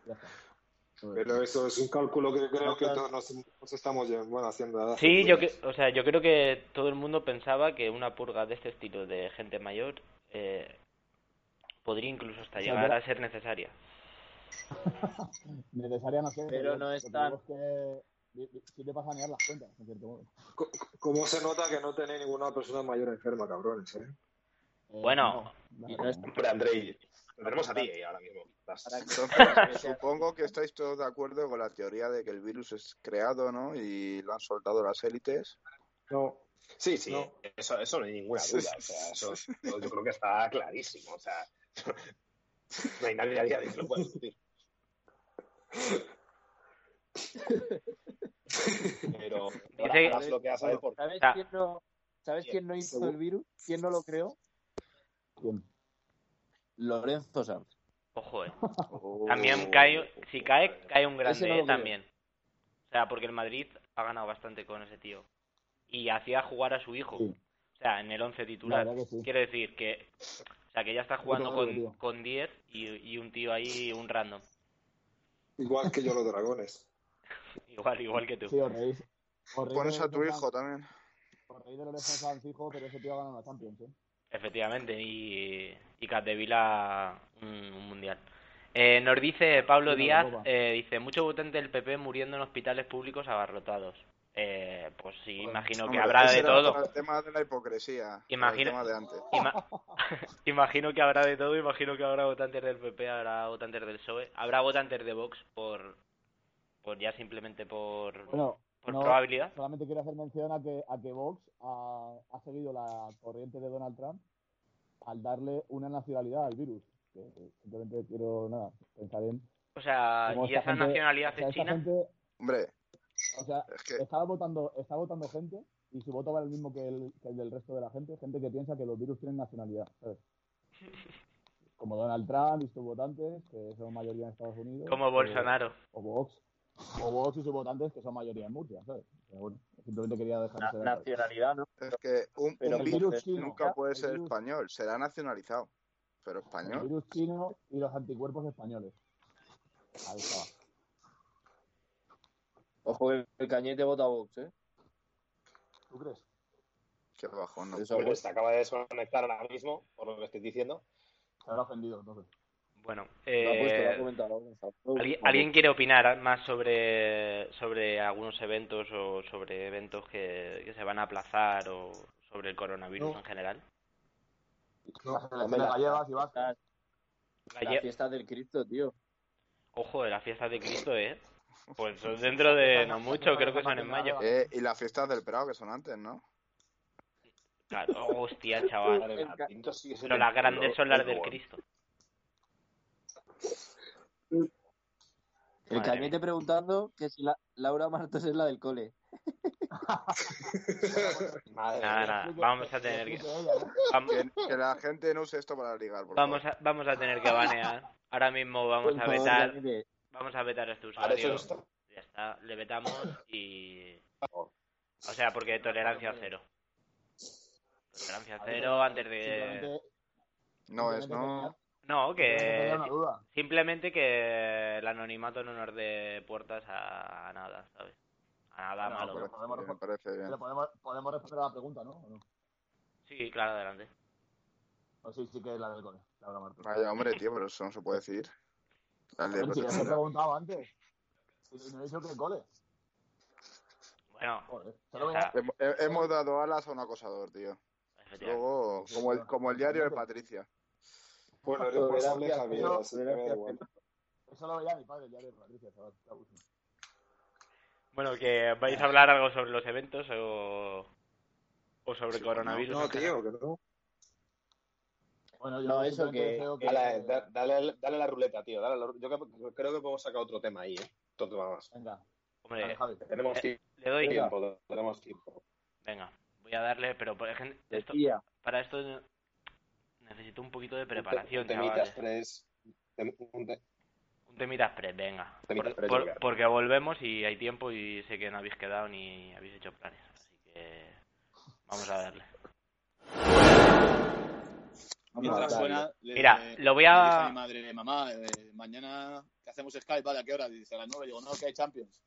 Ya está. Eso Pues es. Pero eso es un cálculo que creo que Claro. todos nos, nos estamos lle- bueno, haciendo. a las Sí, yo que, futuras. o sea, yo creo que todo el mundo pensaba que una purga de este estilo de gente mayor eh, podría incluso hasta O sea, llegar pero- a ser necesaria. Necesaria no sé, Pero no lo que es tan- digo que vi- vi- sí te vas a negar las cuentas, en cierto modo. Co- ¿Cómo se nota que no tenéis ninguna persona mayor enferma, cabrones? eh? Eh, Bueno. no, Y no, no es- no. Hombre, Andrei, lo tenemos a ti eh, ahora mismo. Las- Para que- Entonces, supongo que estáis todos de acuerdo con la teoría de que el virus es creado, ¿no? Y lo han soltado las élites. No, Sí, sí, No. eso, eso no hay ninguna duda. O sea, eso, yo yo creo que está clarísimo. O sea, no hay nadie a día de hoy que lo pueda discutir. Pero ahora Dice- harás lo que has saber por ¿Sabes Ah. quién no, ¿sabes quién no hizo Seguro. el virus? ¿Quién no lo creó? Lorenzo Sanz. Ojo, eh. También cae, si cae, cae un grande Ese no lo eh, creo. también. O sea, porque el Madrid ha ganado bastante con ese tío. Y hacía jugar a su hijo. Sí. O sea, en el 11 La titular. verdad que sí. Quiero decir que, o sea, que ya está jugando Otro con, grande, tío. con 10 y, y un tío ahí, un random. Igual que yo los dragones. Igual, igual que tú. Sí, os reís. Os reís Pones de a tu Lorenzo hijo también. Sanz- Os reís de Lorenzo Sanz fijo, pero ese tío ha ganado la Champions, ¿eh? Efectivamente, y, y Capdevila un, un mundial. Eh, nos dice Pablo Una Díaz, Eurocopa. eh, dice, mucho votante del PP muriendo en hospitales públicos abarrotados. Eh, pues sí, imagino que Hombre, habrá ese de era todo. El tema de la hipocresía. Imagina- El tema de antes. Ima- imagino que habrá de todo, imagino que habrá votantes del PP, habrá votantes del PSOE, E, habrá votantes de Vox por, por ya simplemente por, Bueno, por no, probabilidad. solamente quiero hacer mención a que, a que Vox ha, ha seguido la corriente de Donald Trump al darle una nacionalidad al virus. Que- que simplemente quiero, nada, pensar en... O sea, cómo ¿y esta esa gente- nacionalidad o sea, es esta china? gente- Hombre, o sea, es Eh, que estaba votando, estaba votando gente y su voto vale el mismo que el, que el del resto de la gente, gente que piensa que los virus tienen nacionalidad, ¿sabes? Como Donald Trump y sus votantes, que son mayoría en Estados Unidos. Como o- Bolsonaro. O, Vox. O Vox y sus votantes, que son mayoría en Murcia, ¿sabes? Pero bueno, simplemente quería dejar Na- ese dato. nacionalidad, ¿no? es que un, Pero un el vi- virus virus chino. nunca puede el ser virus- español. Será nacionalizado. Pero El español. virus chino y los anticuerpos españoles. Ahí estaba. Ojo que el cañete vota a Vox, ¿eh? ¿Tú crees? Qué bajón. ¿no? Eso, Julio pues, se acaba de desconectar ahora mismo, por lo que estoy diciendo. Se habrá ofendido, entonces. Bueno, lo ha puesto, lo ha eh, comentado. lo ha comentado. ¿Alguien, alguien quiere opinar más sobre, sobre algunos eventos o sobre eventos que, que se van a aplazar o sobre el coronavirus No. en general? No, Las elecciones gallegas y vascas. Las- Ayer- La fiesta del Cristo, tío. ojo, de la fiesta de Cristo, ¿eh? Pues son dentro de no mucho, creo que son en mayo. Eh, y las fiestas del Prado, que son antes, ¿no? Claro, oh, hostia, chaval. Madre mía, Pinto sigue siendo Pero las un grandes culo, son las pero del bueno. Cristo. El Madre cañete preguntando que si la- Laura Martos es la del cole. Madre Nada, mía. nada, vamos a tener que... vam- Que, que la gente no use esto para ligar, por Vamos favor. a, vamos a tener que banear. Ahora mismo vamos a Por favor, vetar, Cañete. vamos a vetar a este Para eso usuario. no está. Ya está, le vetamos y... O sea, porque tolerancia cero. Tolerancia cero antes de... eh, Simplemente- No es, simplemente no. No, tenía- tenía que... una duda. Simplemente que el anonimato no nos dé puertas a nada, ¿sabes? A nada No, malo. Me pero- parece bien, me parece bien. Pero podemos, podemos responder a la pregunta, ¿no? ¿O no? Sí, claro, adelante. O sí, sí que es la del cole, Laura Martos. Vaya, hombre, tío, pero eso no se puede decir. La ley Hombre, de si ya os he protección. preguntado antes. Y y no he dicho que el cole. Bueno, Joder. Se ya lo voy a- está, Hemos- he- Hemos dado alas a un acosador, tío. efectivamente. Luego, como el, como el diario de Patricia. Bueno, el responsable es Javier, pero- así que me da igual. Eso lo veía mi padre, ya de Patricia, chaval. qué abuso. Bueno, que vais a hablar algo sobre los eventos o, o sobre Sí, coronavirus. No, en general. tío, que no. Bueno, yo No, eso simplemente que- deseo que- Dale, da- dale, dale a la ruleta, tío. Dale a la ru- Yo creo- creo que podemos sacar otro tema ahí, ¿eh? Otro tema más. Venga, dale, Hombre, Javi. Tenemos tiempo, le doy. Venga. tenemos tiempo. Venga, voy a darle, pero por ejemplo, esto- Decía, para esto ne- necesito un poquito de preparación, Un temitas chavales. tres. tem- un te- Un temitas pre, venga. Temitas Por- pre, por- yo creo. porque volvemos y hay tiempo y sé que no habéis quedado ni habéis hecho planes. Así que vamos a darle. Mientras Vale. suena, le- Mira, le lo voy dije a... a Eh, mi madre, mamá, eh, mañana que hacemos Skype, ¿vale? ¿A qué hora? Dice a las 9. Digo, no, que hay Champions.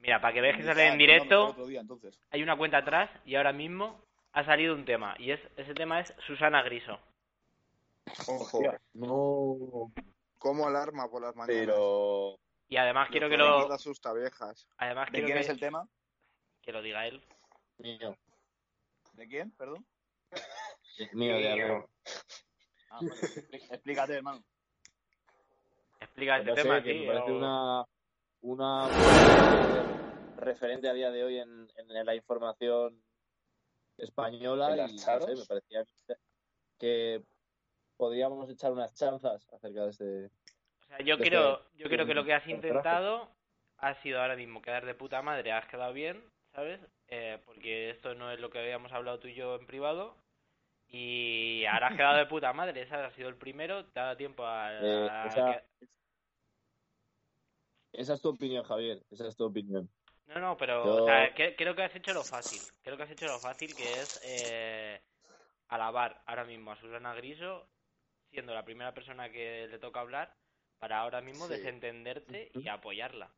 Mira, para que veáis que Dice, sale "Ah, en pues no, mejor directo, otro día, entonces. hay una cuenta atrás y ahora mismo ha salido un tema. Y es, ese tema es Susana Griso. Ojo, no. como alarma por las mañanas. Pero. Y además quiero que Todo el lo... mundo asusta viejas. Además ¿De quiero quién que, es el tema? que lo diga él. Mío, ¿De quién? Perdón. mío, de algo. Ah, vale. Explí- Explícate, hermano. Explica Pues No este sé, tema, que sí, me parece o- una, una eh, referente a día de hoy en, en la información española ¿En y las no sé, charos? me parecía que- que podríamos echar unas chanzas acerca de este. O sea, yo Desde- creo, yo creo que lo que has desde intentado ha sido ahora mismo quedar de puta madre, has quedado bien, ¿sabes? Eh, porque esto no es lo que habíamos hablado tú y yo en privado. Y ahora has quedado de puta madre, ¿sabes? Has sido el primero, te ha dado tiempo a... Eh, a esa- que- Esa es tu opinión, Javier. Esa es tu opinión. No, no, pero Yo- o sea, que- creo que has hecho lo fácil. Creo que has hecho lo fácil que es eh, alabar ahora mismo a Susana Griso, siendo la primera persona que le toca hablar, para ahora mismo Sí. desentenderte y apoyarla.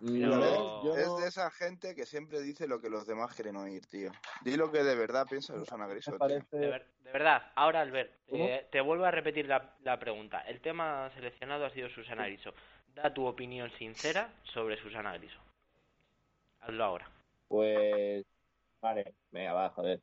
Mm, Yo- a ver, yo Es no- de esa gente que siempre dice lo que los demás quieren oír, tío. Di lo que de verdad piensa Susana Griso, me tío. parece. De, ver- de verdad, ahora Albert, Eh, ¿Cómo? eh, te vuelvo a repetir la, la pregunta. El tema seleccionado ha sido Susana Griso. Da tu opinión sincera sobre Susana Griso. Hazlo ahora. Pues. Vale, venga, va, joder.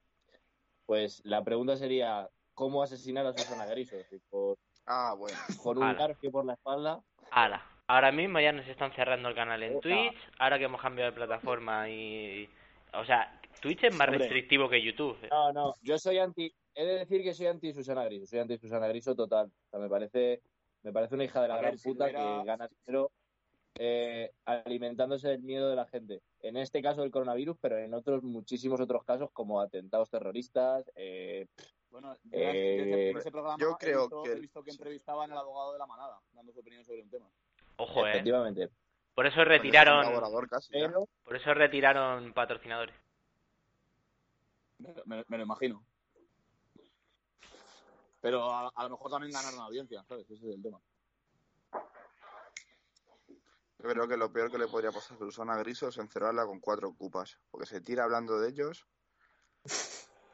Pues la pregunta sería: ¿cómo asesinar a Susana Griso? Si ¿Por, Ah, bueno. ¿Con un Ala. garfio por la espalda? Ala. Ahora mismo ya nos están cerrando el canal en Opa. Twitch, ahora que hemos cambiado de plataforma y... O sea, Twitch es más Hombre. Ah, restrictivo que YouTube. eh. No, no, yo soy anti. He de decir que soy anti Susana Griso, soy anti Susana Griso total. O sea, me parece, me parece una hija de la A gran ver, si puta no era- que gana dinero eh, alimentándose del miedo de la gente. En este caso del coronavirus, pero en otros muchísimos otros casos como atentados terroristas. eh, Bueno, yo en ese- en Eh, ese- en ese programa yo he creo visto- que- he visto que entrevistaban al abogado de la manada, dando su opinión sobre un tema. Ojo, eh. efectivamente. Por eso Coño, es un retiraron... colaborador casi, ya. Pero Por eso retiraron patrocinadores. Me, me- me lo imagino. Pero a, a lo mejor también ganaron audiencia, ¿sabes? Ese es el tema. Yo creo que lo peor que le podría pasar a Susana Griso es encerrarla con cuatro cupas. Porque se tira hablando de ellos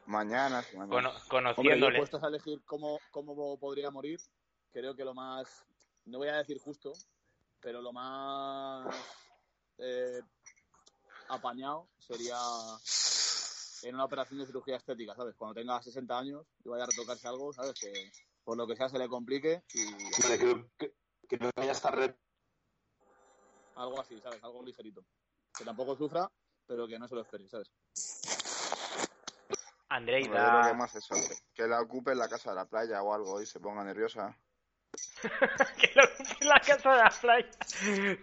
mañana. sí, mañana. Cono- Hombre, yo conociéndole. puestos a elegir cómo, cómo podría morir, creo que lo más, no voy a decir justo, pero lo más eh, apañado sería en una operación de cirugía estética, ¿sabes? Cuando tenga 60 años y vaya a retocarse algo, ¿sabes? Que por lo que sea se le complique y Vale, creo que, creo que ya está re- algo así, ¿sabes? Algo ligerito. Que tampoco sufra, pero que no se lo espere, ¿sabes? Andrei, Bueno, yo creo da- que más eso. Que la ocupe en la casa de la playa o algo y se ponga nerviosa. que lo ocupe la casa de la playa.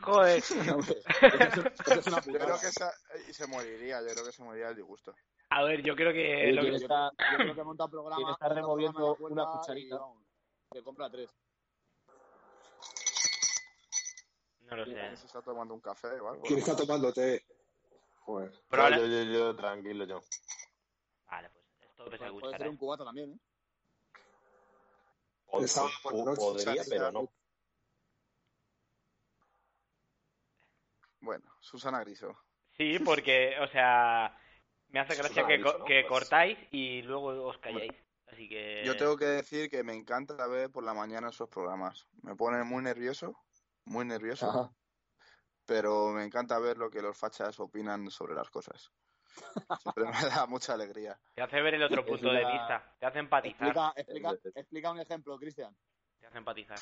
Joder. Hombre, eso es- eso es una Yo putada. creo que esa... eh, Y se moriría, yo creo que se moriría el disgusto. A ver, yo creo que... Oye, lo que- Yo ¿quién está, Yo creo que monta un programa. Quien está monta un removiendo programa en la una cuerda cucharita. y, vamos, Te compra tres. No lo sé. ¿Quién se está tomando un café o algo? ¿Quién está tomando té? Joder. Pero ahora- Yo, yo, yo, yo, tranquilo, yo. Vale, pues esto que se Puede gustará. ser un cubata también, ¿eh? Pod- Está- po- podría, pero no. Bueno, Susana Griso. Sí, porque, o sea, me hace Eso es gracia que, maravilloso, co- ¿no? que Pues- cortáis y luego os calláis. Así que... Yo tengo que decir que me encanta ver por la mañana esos programas. Me ponen muy nervioso, muy nervioso, Ajá. pero me encanta ver lo que los fachas opinan sobre las cosas. Siempre me da mucha alegría. Te hace ver el otro Es punto de una- vista. Te hace empatizar. Explica, explica, explica un ejemplo, Cristian. Te hace empatizar.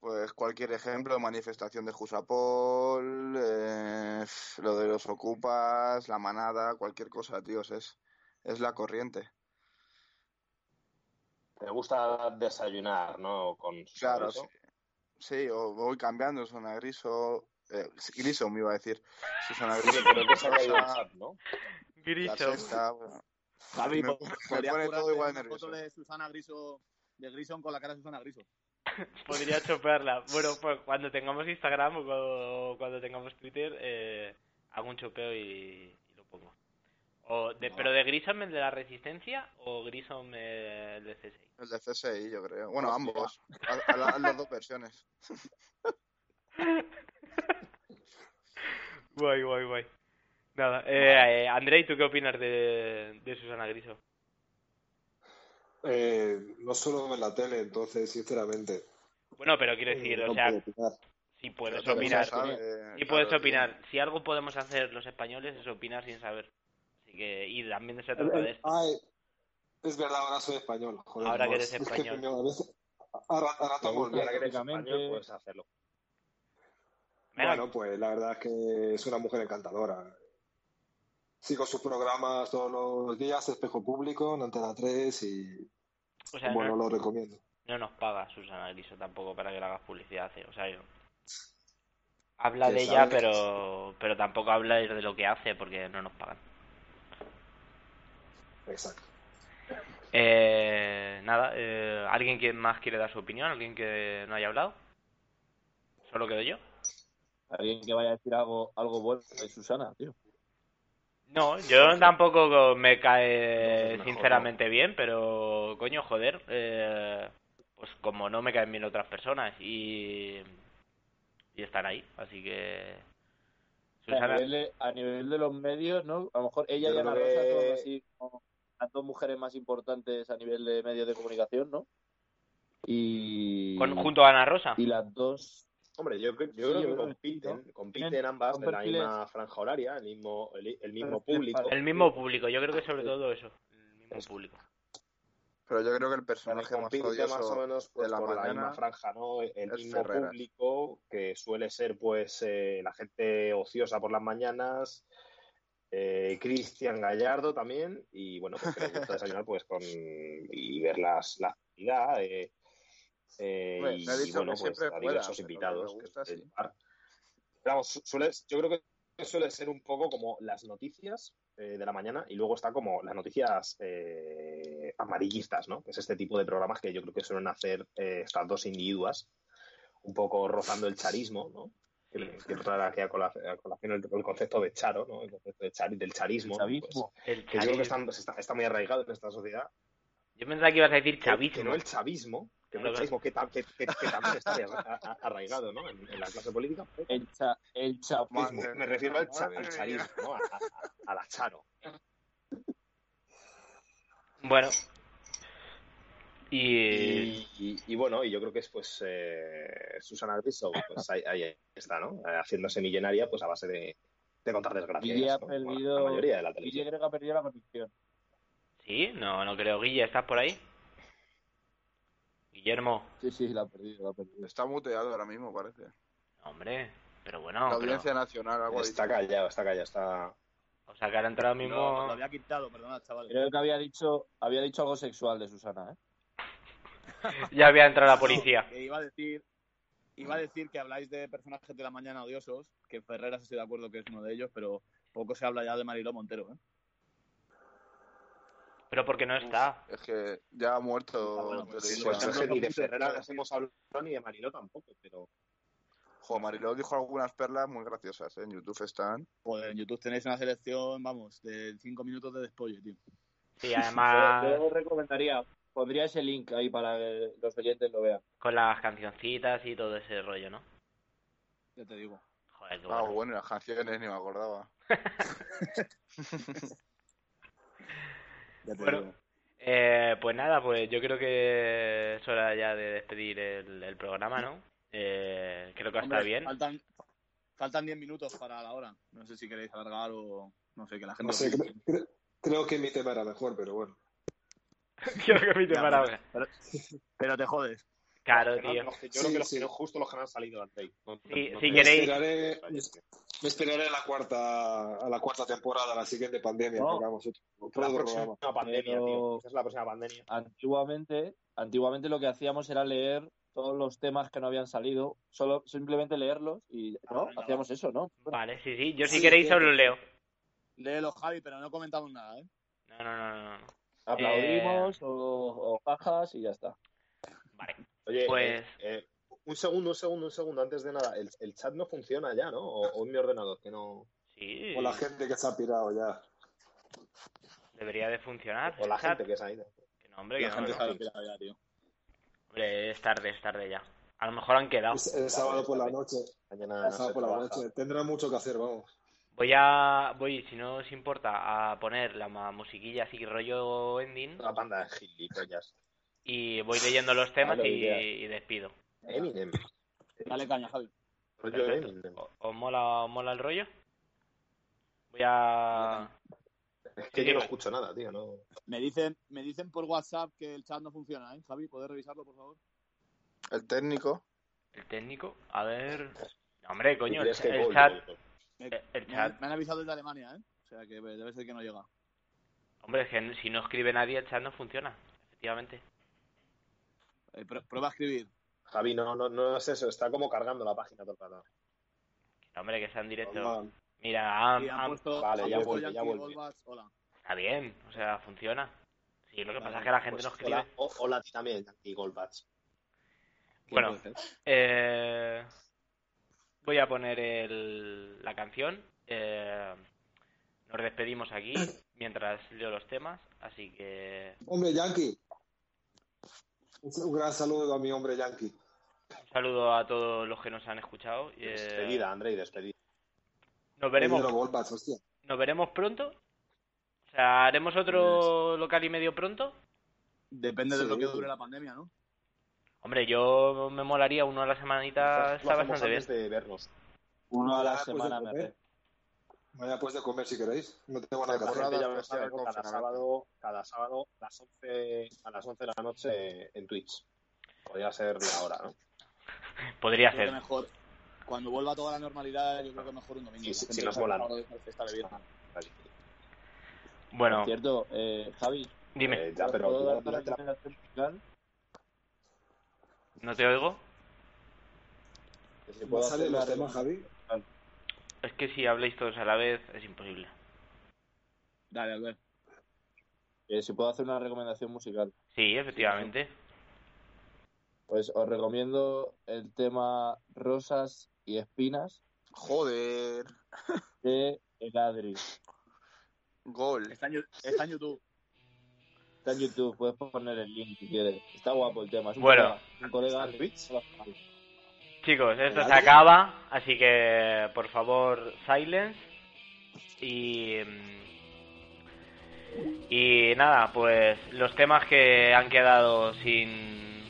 Pues cualquier ejemplo, manifestación de Jusapol, eh, lo de los ocupas, la manada, cualquier cosa, tíos, es, es la corriente. Te gusta desayunar, ¿no? Con Susana Claro, Griso. sí. Sí, o voy cambiando, Susana Griso, eh, Griso me iba a decir, Susana Griso, Oye, Pero que se ha caído el chat, ¿no? La Griso. Sexta, bueno. Javi, Me- po- me podrías pone todo curarte igual una nervioso. foto de Susana Griso, de Grison con la cara de Susana Griso. Podría chopearla. Bueno, pues cuando tengamos Instagram o cuando, cuando tengamos Twitter, eh, hago un chopeo y, y lo pongo. O de, Venga, ¿Pero de Grisom el de la resistencia o Grisom el de CSI? el de CSI, yo creo. Bueno, Hostia. ambos. Haz- haz- haz las dos versiones. Guay, guay, guay. Nada, eh, eh, Andrei, ¿tú qué opinas de, de Susana Griso? Eh, no solo en la tele, entonces, sinceramente. Bueno, pero quiero decir, o no sea, puedo opinar. si puedes Pero opinar, se sabe, si claro, puedes tío. opinar. Si algo podemos hacer los españoles es opinar sin saber. Así que, y también se trata de esto. Eh, Ay, es verdad, ahora soy español. joder, Ahora que pues, eres es español. coño, a veces- ahora, ahora tomo el Ahora que eres Técnicamente- español, puedes hacerlo. Venga, Bueno, pues la verdad es que es una mujer encantadora. Sigo sus programas todos los días, Espejo Público, en Antena 3 y O sea, bueno, no, lo recomiendo. no nos paga Susana Griso tampoco para que le hagas publicidad. ¿eh? O sea, yo- habla Que de ella, sabe- pero, pero tampoco habla de lo que hace porque no nos pagan. Exacto. Eh, nada, eh, ¿alguien que más quiere dar su opinión? ¿Alguien que no haya hablado? ¿Solo quedo yo? Alguien que vaya a decir algo, algo bueno de Susana, tío. No, yo tampoco me cae Entonces mejor sinceramente bien, pero coño, joder, eh, pues como no me caen bien otras personas y, y están ahí, así que... A Susana, nivel, de, a nivel de los medios, ¿no? A lo mejor ella Yo y Ana creo que- Rosa son así como las dos mujeres más importantes a nivel de medios de comunicación, ¿no? Y, con, junto a Ana Rosa. y las dos Hombre, yo, cre- yo creo Sí, yo que creo que compiten, compiten Tienen- ambas son en la perfiles- misma franja horaria, el mismo, el, el mismo perfiles público. El mismo público, yo creo que sobre Sí. todo eso, el mismo público. Pero yo creo que el Pero personaje más compite más o odioso. menos pues, de la por la mañana misma franja, ¿no? El es mismo Ferreras. público que suele ser pues eh, la gente ociosa por las mañanas, eh, Cristian Gallardo también, y bueno, pues que le gusta desayunar pues con y ver las la actividad, eh, eh, Hombre, y, no he dicho bueno, que pues siempre a pueda, diversos pero que le invitados gusta, del sí. bar. Pero vamos, su- suele- yo creo que suele ser un poco como las noticias eh, de la mañana y luego está como las noticias eh, amarillistas, ¿no? Que es este tipo de programas que yo creo que suelen hacer eh, estas dos individuas, un poco rozando el charismo, ¿no? Que, que trae aquí a cola- a colación el, el concepto de charo, ¿no? El concepto de chari- del charismo. ¿no? Pues, chavismo. El que yo creo que chavismo. están- está, está muy arraigado en nuestra sociedad. Yo pensaba que ibas a decir Que- Que no chavismo. el chavismo, que no Claro, el chavismo, que, tam- que- que- que también está arra- a- a- arraigado, ¿no? En, en la clase política. pero el, cha, el chapismo. Madre- me refiero al, cha- madre al mía. charismo, ¿no? A, a- a la charo. Bueno. Y... Y, y- y bueno, y yo creo que es pues eh, Susana Griso, pues ahí, ahí está, ¿no? Eh, Haciéndose millonaria pues a base de, de contar Guille ha desgracias, ¿no? Como la, perdido- la mayoría de la Guille televisión. creo que ha perdido la conexión. Sí, no, no creo. Guille, ¿estás por ahí? Guillermo. Sí, sí, la ha perdido, la ha perdido. Está muteado ahora mismo, parece. Hombre, pero bueno, la pero, Audiencia Nacional, algo Está callado, está callado, está... o sea que ahora entra mismo. No, lo había quitado, perdonad, chavales. Creo que había dicho, había dicho algo sexual de Susana, ¿eh? Ya había entrado la No, policía. que iba a decir, iba a decir que habláis de personajes de la mañana odiosos, que Ferreras estoy de acuerdo que es uno de ellos, pero poco se habla ya de Mariló Montero, ¿eh? Pero porque no está. Es que ya ha muerto. Ah, bueno, pues Televisa. sí, lo Pues está es que ni de hablando- Ferreras hemos hablado ni de Mariló tampoco, pero... Jo, Mariló dijo algunas perlas muy graciosas, ¿eh? en YouTube están. Joder, en YouTube tenéis una selección, vamos, de cinco minutos de despollo, tío. Sí, además Yo, yo recomendaría, pondría ese link ahí para que los oyentes lo vean. con las cancioncitas y todo ese rollo, ¿no? Ya te digo. Joder, qué Ah, bueno. bueno, y las canciones ni me acordaba. Ya te Bueno. digo. Eh, pues nada, pues yo creo que es hora ya de despedir el, el programa, ¿no? Eh, creo que está Hombre, bien. Faltan, faltan 10 minutos para la hora. No sé si queréis alargar o no sé, que la gente... No sé, opine. cre- cre- creo que mi tema era mejor, pero bueno. Quiero que me Ya, llamara pero- ahora. pero- pero te jodes. pues, Claro, Los que no- tío. los que- yo Sí, creo que los sí. que no, justo los que no han salido al break. No- Sí, no- no si creo. Me queréis- esperaré, me esperaré a la cuarta, a la cuarta temporada, a la siguiente pandemia, Oh. No. que hagamos otro, otro La programa. próxima pandemia, tío. Pero- Esa es la próxima pandemia. Antiguamente, antiguamente lo que hacíamos era leer todos los temas que no habían salido, solo simplemente leerlos y no, venga, hacíamos eso, ¿no? Vale, sí, sí. Yo si Sí, queréis tío, os lo que- leo. Léelo, Javi, pero no comentamos nada, ¿eh? No, no, no, no, no. Aplaudimos o, o pajas y ya está. Vale. Oye, Pues- eh, eh, un segundo, un segundo, un segundo. Antes de nada, el, el chat no funciona ya, ¿no? O, o en mi ordenador, que no. Sí, O la gente que se ha pirado ya. debería de funcionar. O la Chat. gente que se ha ido. Que no, hombre, que La no, gente no. sabe que la verdad, tío. Hombre, es tarde, es tarde ya. A lo mejor han quedado. Es- el sábado por la noche. Ah, Mañana El se sábado por la trabaja. noche. Tendrá mucho que hacer, vamos. Voy a. Voy, si no os importa, a poner la ma- musiquilla así, rollo ending. Una banda de gilipollas. Y voy leyendo los temas Vale, y, idea. y despido. Eminem. Dale caña, Javi. Rollo Perfecto. Eminem. ¿O- ¿Os mola, os mola el rollo? Voy a. Es que yo no escucho nada, tío. No. Me dicen, me dicen por WhatsApp que el chat no funciona, ¿eh? Javi, ¿puedes revisarlo, por favor? El técnico. El técnico, a ver. No, Hombre, coño, el, Es que el gol, chat. gol, gol. Me, El me han, chat. me han avisado desde Alemania, ¿eh? sea que debe ser que no llega. Hombre, es que si no escribe nadie, el chat no funciona, efectivamente. Eh, pr- prueba a escribir. Javi, no, no, no es eso, está como cargando la página todo el rato. Hombre, que sea en directo. Normal. Mira, am- Y ah. ha am- puesto, vale, ha ya puesto vuelve, ya Yankee vuelve. Volvas, hola. está bien, o sea, funciona. Sí, lo que Vale, pasa es que la gente Pues, no escribe. hola, o- hola a ti también, y Goldbats. ¿Quién Bueno. puede ser? Eh, voy a poner el- la canción. Eh, nos despedimos aquí mientras leo los temas. Así que Hombre, Yankee. Un gran saludo a mi hombre Yankee. un saludo a todos los que nos han escuchado. Eh, Despedida, André, despedida. nos Pero veremos, Volbats, hostia. nos veremos pronto. O sea, haremos otro local y medio pronto. Depende de lo Sí. que dure la pandemia, ¿no? Hombre, yo me molaría uno a la semanita. Nosotros lo Está hacemos bastante bien. antes de vernos. Uno a la Pues Mañana después de semana me comer. hace. Mañana después de comer si queréis. No tengo nada que La hacer. gente ya Borradas, lo sabe, especial, cada confinamiento. sábado, cada sábado a las 11, a las 11 de la noche en Twitch. Podría ser la hora, ¿no? Podría Yo creo ser. que mejor. Cuando vuelva toda la normalidad, yo creo que mejor un domingo. Sí, La sí, gente sí, nos está mola, ¿no? cansada de estar de viernes. Bueno, Por cierto, eh, Javi, dime, Eh, ya, ¿os pero ¿puedo dar una durante la- recomendación musical? ¿no te oigo? Que si ¿Va puedo a salir hacer los la temas, Javi? Es que si habléis todos a la vez es imposible. Dale, Albert. que Eh, si puedo hacer una recomendación musical. Sí, efectivamente. Pues os recomiendo el tema Rosas y Espinas Joder, de El Adri. gol. Está en, Yu- está en YouTube. Está en YouTube, puedes poner el link si quieres. Está guapo el tema. Es un Bueno. colega, un colega ¿Está en Twitch? Chicos, esto se Regalos. acaba, así que por favor, silence. Y. mm, Y nada, pues los temas que han quedado sin,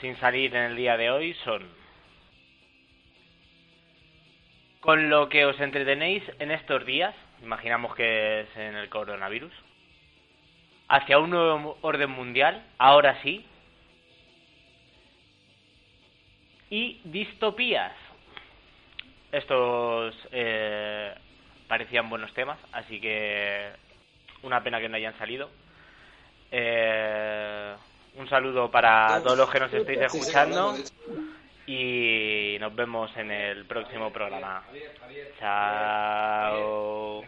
sin salir en el día de hoy son. Con lo que os entretenéis en estos días, imaginamos que es en el coronavirus, hacia un nuevo mu- orden mundial, ahora sí, y distopías. Estos eh, parecían buenos temas, así que una pena que no hayan salido. Eh, un saludo para todos los que nos estéis Pues, Sí, sí, escuchando hablamos de- y nos vemos en el próximo programa. Chao.